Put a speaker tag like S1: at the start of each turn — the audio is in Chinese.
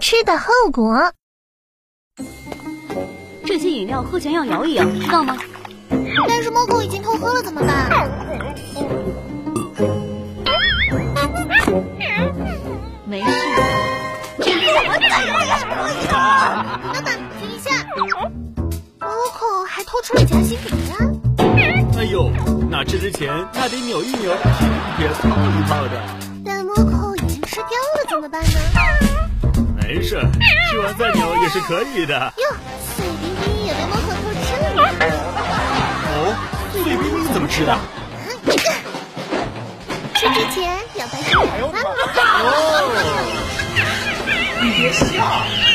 S1: 吃的后果。
S2: 这些饮料喝前要摇一摇，知道吗？
S1: 但是猫狗已经偷喝了，怎么办？
S2: 没事，
S1: 老板，停一下！猫狗还偷吃了夹心饼干。
S3: 哎呦，哪吃之前那得扭一扭，别泡一泡的，
S1: 但猫口已经吃掉了，怎么办呢？
S3: 没事，吃完再扭也是可以的。
S1: 哟，碎冰冰也被猫口偷吃了呢。
S3: 哦，碎冰冰怎么吃的？
S1: 嗯吃之 前要白吃两番。
S3: 你别笑。